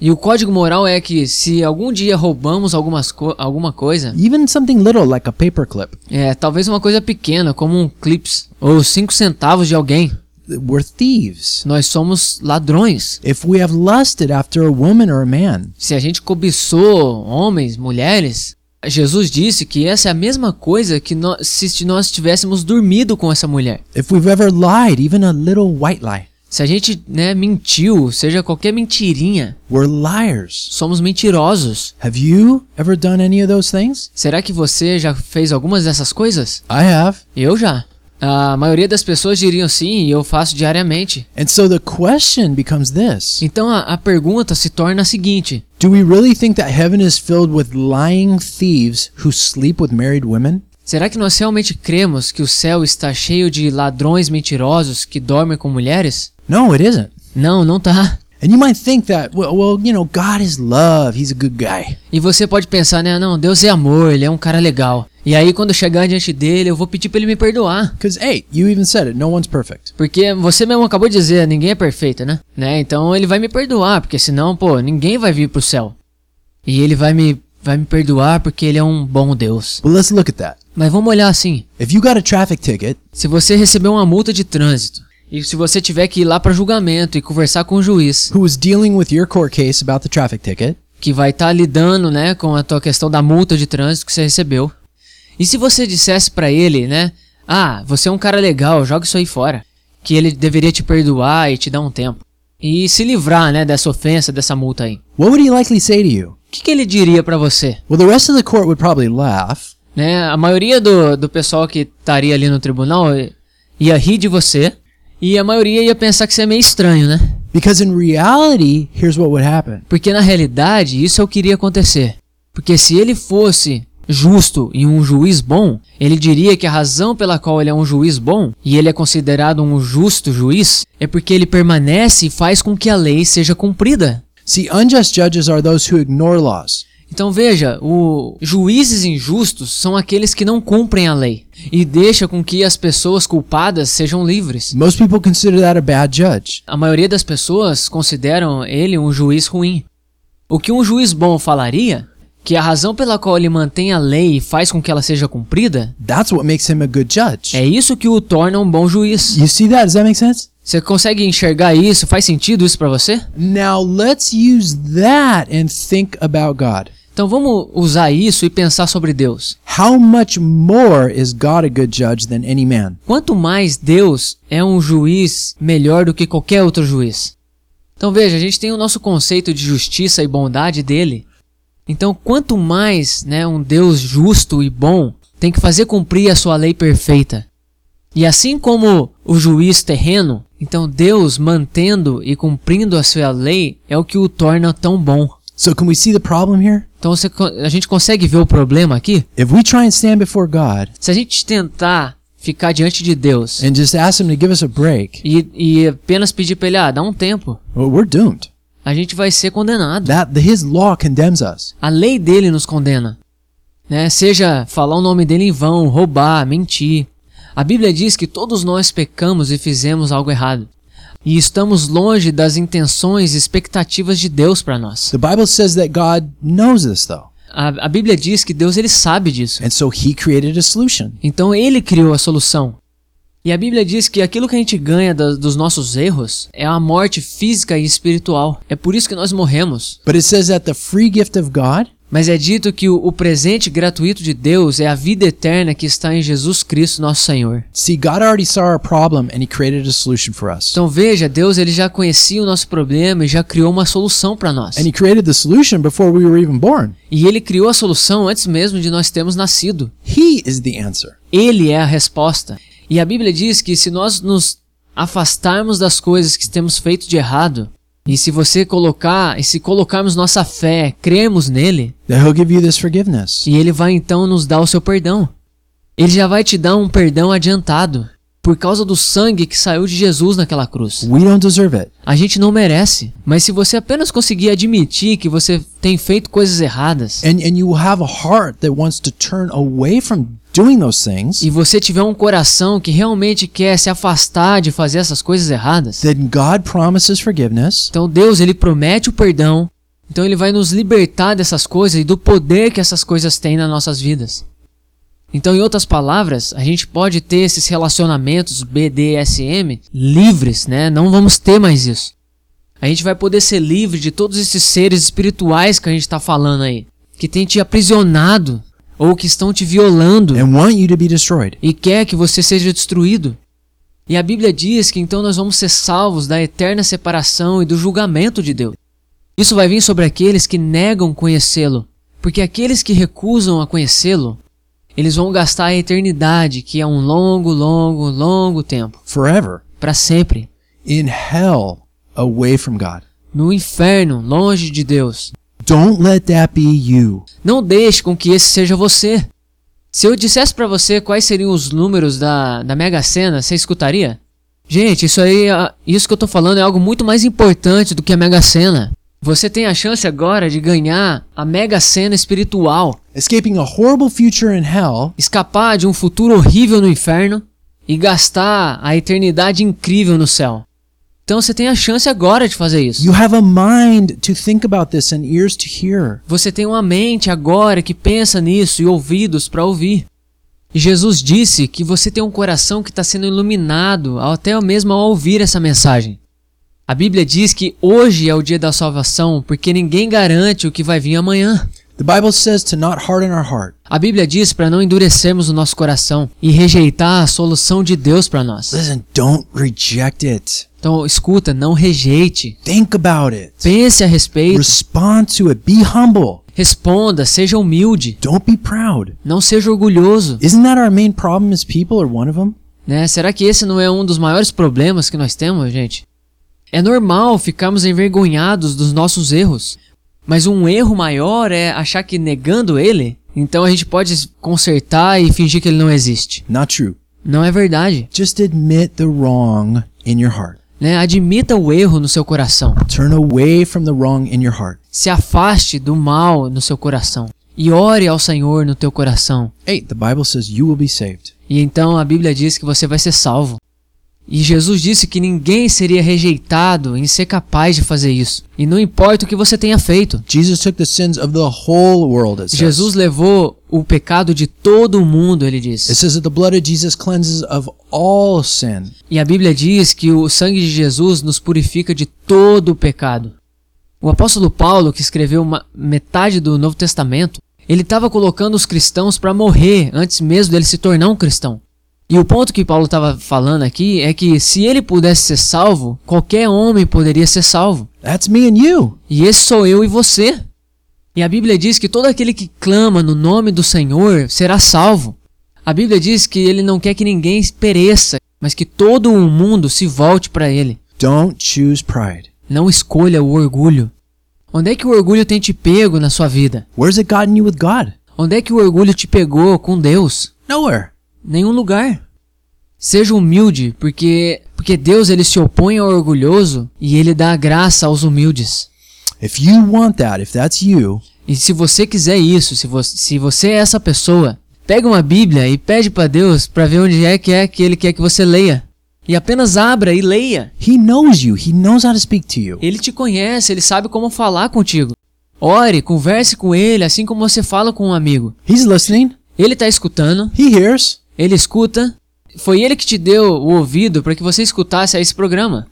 S2: E o código moral é que se algum dia roubamos algumas co- alguma coisa,
S1: Even something little like a paperclip
S2: É, talvez uma coisa pequena, como um clips ou cinco centavos de alguém.
S1: we're thieves.
S2: Nós somos ladrões.
S1: If we have lusted after a woman or a man,
S2: Se a gente cobiçou homens, mulheres, Jesus disse que essa é a mesma coisa que nós, se nós tivéssemos dormido com essa mulher.
S1: If we've ever lied, even a little white lie,
S2: Se a gente né, mentiu, seja qualquer mentirinha,
S1: we're liars.
S2: somos mentirosos.
S1: Have you ever done any of those things?
S2: Será que você já fez algumas dessas coisas?
S1: I have.
S2: Eu já. A maioria das pessoas diriam sim e eu faço diariamente.
S1: And so the question becomes this
S2: Então a, a pergunta se torna a seguinte:
S1: Do we really think that heaven is filled with lying thieves who sleep with married women?
S2: será que nós realmente cremos que o céu está cheio de ladrões mentirosos que dormem com mulheres?
S1: No, it isn't.
S2: Não, não tá.
S1: And you might think that, well, well, you know, God is love. He's a good guy.
S2: E você pode pensar, né? Não, Deus é amor, ele é um cara legal. E aí, quando eu chegar diante dele, eu vou pedir pra ele me perdoar.
S1: Because, hey, you even said it. No one's perfect.
S2: Porque você mesmo acabou de dizer, ninguém é perfeito, né? né? Então ele vai me perdoar, porque senão, pô, ninguém vai vir pro céu. E ele vai me, vai me perdoar porque ele é um bom Deus.
S1: But let's look at that.
S2: Mas vamos olhar assim:
S1: If you got a traffic ticket
S2: se você receber uma multa de trânsito, e se você tiver que ir lá pra julgamento e conversar com o juiz,
S1: who is dealing with your court case about the traffic ticket,
S2: que vai estar lidando, né, com a tua questão da multa de trânsito que você recebeu. E se você dissesse pra ele, né, ah, você é um cara legal, joga isso aí fora, que ele deveria te perdoar e te dar um tempo e se livrar, né, dessa ofensa, dessa multa aí. O
S1: what would he likely say to you?
S2: que, que ele diria pra você?
S1: Well, the rest of the court would probably laugh,
S2: Né, a maioria do, do pessoal que estaria ali no tribunal eh, ia rir de você e a maioria ia pensar que você é meio estranho, né?
S1: because in reality, here's what would happen.
S2: Porque na realidade isso é o que iria acontecer. Porque se ele fosse justo e um juiz bom, ele diria que a razão pela qual ele é um juiz bom e ele é considerado um justo juiz é porque ele permanece e faz com que a lei seja cumprida.
S1: See, unjust judges are those who ignore laws.
S2: Então veja, o juízes injustos são aqueles que não cumprem a lei e deixa com que as pessoas culpadas sejam livres.
S1: Most people consider that a bad judge.
S2: A maioria das pessoas consideram ele um juiz ruim. O que um juiz bom falaria, que a razão pela qual ele mantém a lei e faz com que ela seja cumprida,
S1: That's what makes him a good judge.
S2: é isso que o torna um bom juiz.
S1: You see that? Does that make sense?
S2: Você consegue enxergar isso? Faz sentido isso pra você?
S1: Now let's use that and think about God.
S2: Então vamos usar isso e pensar sobre Deus.
S1: How much more is God a good judge than any man?
S2: Quanto mais Deus é um juiz melhor do que qualquer outro juiz. Então veja, a gente tem o nosso conceito de justiça e bondade dele. Então, quanto mais né, um Deus justo e bom tem que fazer cumprir a sua lei perfeita. E assim como o juiz terreno, então Deus mantendo e cumprindo a sua lei é o que o torna tão bom.
S1: So can we see the problem here?
S2: Então você co- a gente consegue ver o problema aqui?
S1: If we try and stand before God
S2: Se a gente tentar ficar diante de Deus
S1: and just ask him to give us a break,
S2: e, e apenas pedir pra ele, ah, dá um tempo,
S1: well, we're doomed.
S2: a gente vai ser condenado.
S1: That his law condemns us.
S2: A lei dele nos condena. Né? Seja falar o nome dele em vão, roubar, mentir. A Bíblia diz que todos nós pecamos e fizemos algo errado. E estamos longe das intenções e expectativas de Deus pra nós.
S1: The Bible says that God knows this though.
S2: A, a Bíblia diz que Deus ele sabe disso.
S1: And so he created a solution.
S2: Então ele criou a solução. E a Bíblia diz que aquilo que a gente ganha da- dos nossos erros é a morte física e espiritual. É por isso que nós morremos.
S1: But it says that the free gift of God
S2: Mas é dito que o, o presente gratuito de Deus é a vida eterna que está em Jesus Cristo, nosso Senhor.
S1: See, God already saw our problem and He created a solution for us.
S2: Então veja, Deus ele já conhecia o nosso problema e já criou uma solução para nós.
S1: And He created the solution before we were even born.
S2: E ele criou a solução antes mesmo de nós termos nascido.
S1: He is the answer.
S2: Ele é a resposta. E a Bíblia diz que se nós nos afastarmos das coisas que temos feito de errado, e se você colocar, e se colocarmos nossa fé, crermos nele,
S1: That He'll give you this forgiveness.
S2: E ele vai então nos dar o seu perdão. Ele já vai te dar um perdão adiantado por causa do sangue que saiu de Jesus naquela cruz.
S1: We don't deserve it.
S2: A gente não merece, mas se você apenas conseguir admitir que você tem feito coisas erradas
S1: And, and you will have a heart that wants to turn away from doing those things,
S2: e você tiver um coração que realmente quer se afastar de fazer essas coisas erradas,
S1: then God promises forgiveness
S2: então Deus ele promete o perdão. Então ele vai nos libertar dessas coisas e do poder que essas coisas têm nas nossas vidas. Então, em outras palavras, a gente pode ter esses relacionamentos BDSM livres, né? Não vamos ter mais isso. A gente vai poder ser tá livre de todos esses seres espirituais que a gente está falando aí, que tem te aprisionado ou que estão te violando
S1: and want you to be destroyed.
S2: e quer que você seja destruído. E a Bíblia diz que então nós vamos ser salvos da eterna separação e do julgamento de Deus. Isso vai vir sobre aqueles que negam conhecê-lo, porque aqueles que recusam a conhecê-lo, eles vão gastar a eternidade, que é um longo, longo, longo tempo,
S1: forever
S2: para sempre,
S1: in hell away from God.
S2: no inferno, longe de Deus.
S1: Don't let that be you.
S2: Não deixe com que esse seja você. Se eu dissesse pra você quais seriam os números da, da Mega Sena, você escutaria? Gente, isso aí, ah, isso que eu tô falando é algo muito mais importante do que a Mega Sena. Você tem a chance agora de ganhar a Mega Sena espiritual,
S1: Escaping a horrible future in hell
S2: escapar de um futuro horrível no inferno e gastar a eternidade incrível no céu. Então você tem a chance agora de fazer isso.
S1: You have a mind to think about this and ears to hear.
S2: Você tem uma mente agora que pensa nisso e ouvidos para ouvir. E Jesus disse que você tem um coração que está sendo iluminado ao- até mesmo ao ouvir essa mensagem. A Bíblia diz que hoje é o dia da salvação, porque ninguém garante o que vai vir amanhã.
S1: The Bible says to not harden our heart.
S2: A Bíblia diz para não endurecermos o nosso coração e rejeitar a solução de Deus para nós.
S1: Listen, don't reject it.
S2: Então, escuta, não rejeite.
S1: Think about it.
S2: Pense a respeito,
S1: Respond to it. Be humble.
S2: responda, seja humilde,
S1: Don't be proud.
S2: não seja orgulhoso.
S1: Isn't that our main problem as people or one of them?
S2: Né? Será que esse não é um dos maiores problemas que nós temos, gente? É normal ficarmos envergonhados dos nossos erros, mas um erro maior é achar que negando ele, então a gente pode consertar e fingir que ele não existe.
S1: Not true.
S2: Não é verdade.
S1: Just admit the wrong in your heart.
S2: Né? Admita o erro no seu coração.
S1: Turn away from the wrong in your heart.
S2: Se afaste do mal no seu coração. E ore ao Senhor no teu coração.
S1: 8. The Bible says you will be saved.
S2: E então a Bíblia diz que você vai ser salvo. E Jesus disse que ninguém seria rejeitado em ser capaz de fazer isso. E não importa o que você tenha feito.
S1: Jesus took the sins of the whole world, it says.
S2: Jesus levou o pecado de todo mundo, ele
S1: It
S2: diz.
S1: says that the blood of Jesus cleanses of all sin.
S2: E a Bíblia diz que o sangue de Jesus nos purifica de todo o pecado. O apóstolo Paulo, que escreveu uma- metade do Novo Testamento, ele estava colocando os cristãos para morrer antes mesmo dele se tornar um cristão. E o ponto que Paulo estava falando aqui é que se ele pudesse ser salvo, qualquer homem poderia ser salvo.
S1: That's me and you.
S2: E esse sou eu e você. E a Bíblia diz que todo aquele que clama no nome do Senhor será salvo. A Bíblia diz que ele não quer que ninguém pereça, mas que todo o mundo se volte para ele.
S1: Don't choose pride.
S2: Não escolha o orgulho. Onde é que o orgulho tem te pego na sua vida?
S1: Where's it gotten you with God?
S2: Onde é que o orgulho te pegou com Deus?
S1: Nowhere.
S2: Nenhum lugar. Seja humilde, porque porque Deus ele se opõe ao orgulhoso e ele dá graça aos humildes.
S1: If you want that, if that's you,
S2: E se você quiser isso, se você, se você é essa pessoa, pega uma Bíblia e pede para Deus para ver onde é que é que ele quer que você leia. E apenas abra e leia.
S1: He knows you. He knows how to speak to you.
S2: Ele te conhece, ele sabe como falar contigo. Ore, converse com ele, assim como você fala com um amigo.
S1: He's listening.
S2: Ele tá escutando,
S1: He hears.
S2: ele escuta. Foi ele que te deu o ouvido para que você escutasse a esse programa.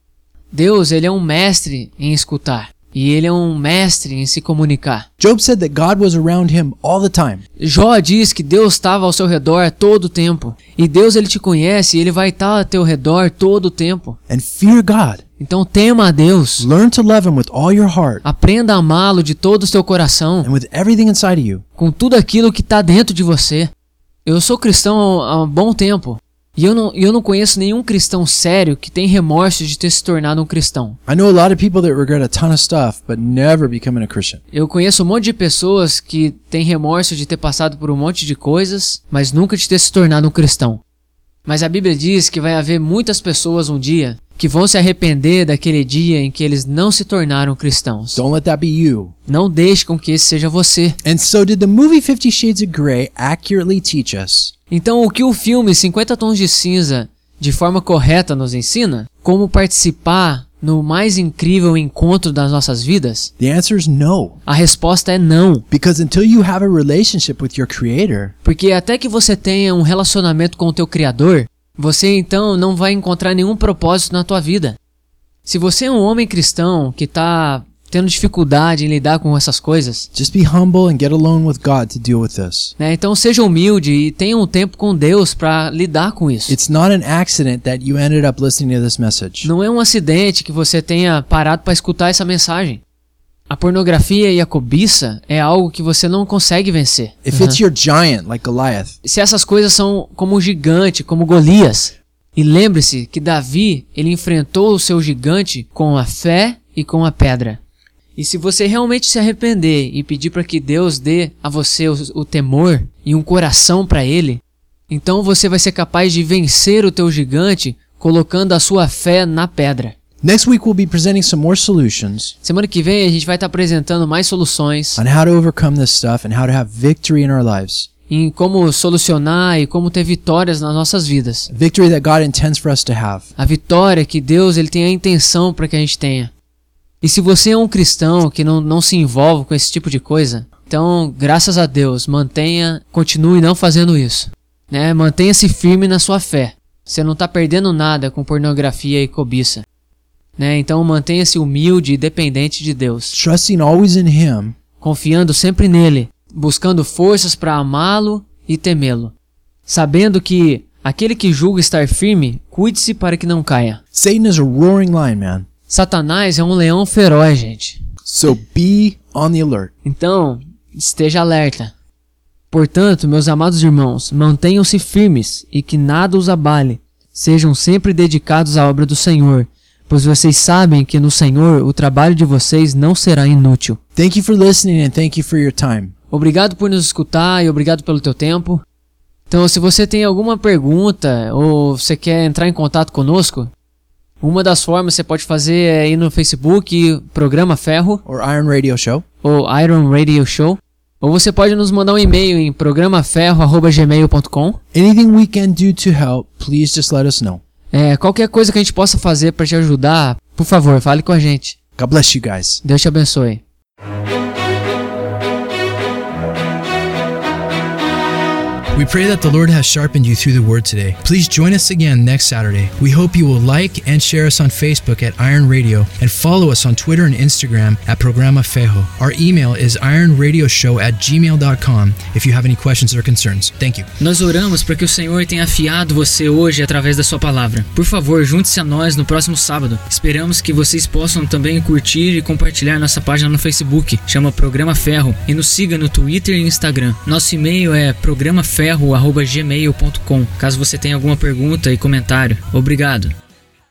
S2: Deus, ele é um mestre em escutar. E ele é um mestre em se comunicar.
S1: Job said that God was around him all the time.
S2: Jó diz que Deus estava ao seu redor todo o tempo. E Deus ele te conhece e ele vai estar ao teu redor todo o tempo.
S1: And fear God.
S2: Então tema a Deus.
S1: Learn to love him with all your heart
S2: Aprenda a amá-lo de todo o seu coração,
S1: and with everything inside of you.
S2: com tudo aquilo que está dentro de você. Eu sou cristão há há um bom tempo. E eu não, eu não conheço nenhum cristão sério que tem remorso de ter se tornado um cristão.
S1: I know a lot of people that regret a ton of stuff, but never becoming a Christian.
S2: Eu conheço um monte de pessoas que têm remorso de ter passado por um monte de coisas, mas nunca de ter se tornado um cristão. Mas a Bíblia diz que vai haver muitas pessoas um dia que vão se arrepender daquele dia em que eles não se tornaram cristãos.
S1: Don't let that be you.
S2: Não deixe com que esse seja você.
S1: And so, did the movie Fifty Shades of Grey accurately teach us?
S2: Então, o que o filme 50 Tons de Cinza, de forma correta, nos ensina? Como participar no mais incrível encontro das nossas vidas?
S1: The answer is no.
S2: A resposta é não.
S1: Because until you have a relationship with your Creator,
S2: Porque até que você tenha um relacionamento com o teu criador, você então não vai encontrar nenhum propósito na tua vida. Se você é um homem cristão que está tendo dificuldade em lidar com essas coisas.
S1: Just be humble and get alone with God to deal with this.
S2: né? Então seja humilde e tenha um tempo com Deus para lidar com isso.
S1: It's not an accident that you ended up listening to this message.
S2: Não é um acidente que você tenha parado para escutar essa mensagem. A pornografia e a cobiça é algo que você não consegue vencer.
S1: If it's your giant like Goliath,
S2: Se essas coisas são como o gigante, como Golias. E lembre-se que Davi, ele enfrentou o seu gigante com a fé e com a pedra. E se você realmente se arrepender e pedir para que Deus dê a você o, o temor e um coração para ele, então você vai ser capaz de vencer o teu gigante colocando a sua fé na pedra.
S1: next week we'll be presenting some more solutions
S2: Semana que vem a gente vai estar apresentando mais soluções
S1: on how to overcome this stuff and how to have victory in our lives.
S2: em como solucionar e como ter vitórias nas nossas vidas.
S1: Victory that God intends for us to have.
S2: A vitória que Deus ele tem a intenção para que a gente tenha. E se você é um cristão que não, não se envolve com esse tipo de coisa, então, graças a Deus, mantenha, continue não fazendo isso. Né? Mantenha-se firme na sua fé. Você não está perdendo nada com pornografia e cobiça. Né? Então, mantenha-se humilde e dependente de Deus.
S1: Trusting always in Him
S2: confiando sempre nele, buscando forças para amá-lo e temê-lo, sabendo que aquele que julga estar firme, cuide-se para que não caia.
S1: Satan is a roaring lion, man.
S2: Satanás é um leão feroz, gente.
S1: So be on the alert.
S2: Então, esteja alerta. Portanto, meus amados irmãos, mantenham-se firmes e que nada os abale. Sejam sempre dedicados à obra do Senhor, pois vocês sabem que no Senhor o trabalho de vocês não será inútil.
S1: Thank you for listening and thank you for your time.
S2: Obrigado por nos escutar e obrigado pelo teu tempo. Então, se você tem alguma pergunta ou você quer entrar em contato conosco, uma das formas que você pode fazer é ir no Facebook, Programa Ferro
S1: Or Iron Radio Show.
S2: ou Iron Radio Show, ou você pode nos mandar um e-mail em programaferro@gmail.com.
S1: Anything we can do to help, please just let us know.
S2: É, qualquer coisa que a gente possa fazer para te ajudar, por favor, fale com a gente.
S1: God bless you guys.
S2: Deus te abençoe.
S1: We pray that the Lord has sharpened you through the word today. Please join us again next Saturday. We hope you will like and share us on Facebook at Iron Radio and follow us on Twitter and Instagram at Programa Fejo. Our email is ironradioshow at gmail.com if you have any questions or concerns. Thank you.
S2: Nós oramos para que o Senhor tenha afiado você hoje através da sua palavra. Por favor, junte-se a nós no próximo sábado. Esperamos que vocês possam também curtir e compartilhar nossa página no Facebook, chama Programa Ferro, e nos siga no Twitter e Instagram. Nosso e-mail é programaferro@gmail.com, caso você tenha alguma pergunta e comentário. Obrigado.